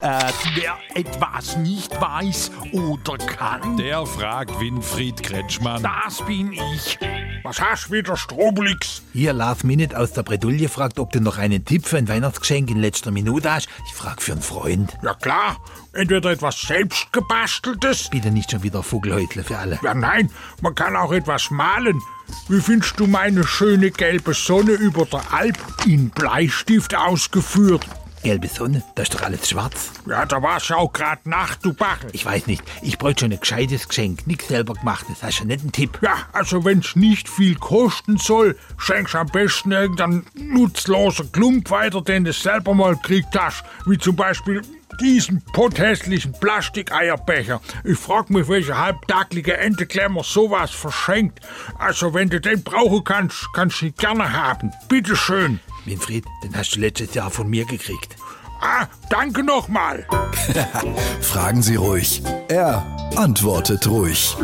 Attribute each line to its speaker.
Speaker 1: Äh, wer etwas nicht weiß oder kann,
Speaker 2: Der fragt Winfried Kretschmann.
Speaker 1: das bin ich. Was hast wieder, Stroblix?
Speaker 3: Hier, Love Minute aus der Bredouille fragt, ob du noch einen Tipp für ein Weihnachtsgeschenk in letzter Minute hast. Ich frag für einen Freund.
Speaker 1: Ja klar, entweder etwas selbstgebasteltes.
Speaker 3: Bitte nicht schon wieder Vogelhäutle für alle.
Speaker 1: Ja nein, man kann auch etwas malen. Wie findest du meine schöne gelbe Sonne über der Alp in Bleistift ausgeführt?
Speaker 3: Gelbe Sonne, da ist doch alles schwarz.
Speaker 1: Ja, da war's ja auch grad Nacht, du Bachel.
Speaker 3: Ich weiß nicht, ich bräuchte schon ein gescheites Geschenk, nichts selber gemachtes. Hast du nicht einen Tipp?
Speaker 1: Ja, also wenn's nicht viel kosten soll, schenkst am besten irgendeinen nutzlosen Klump weiter, den du selber mal gekriegt hast. Wie zum Beispiel diesen potthässlichen Plastikeierbecher. Ich frag mich, welche halbtaglige Enteklemmer sowas verschenkt. Also wenn du den brauchen kannst, kannst du ihn gerne haben. Bitteschön.
Speaker 3: Winfried, den hast du letztes Jahr von mir gekriegt.
Speaker 1: Ah, danke nochmal.
Speaker 4: Fragen Sie ruhig. Er antwortet ruhig.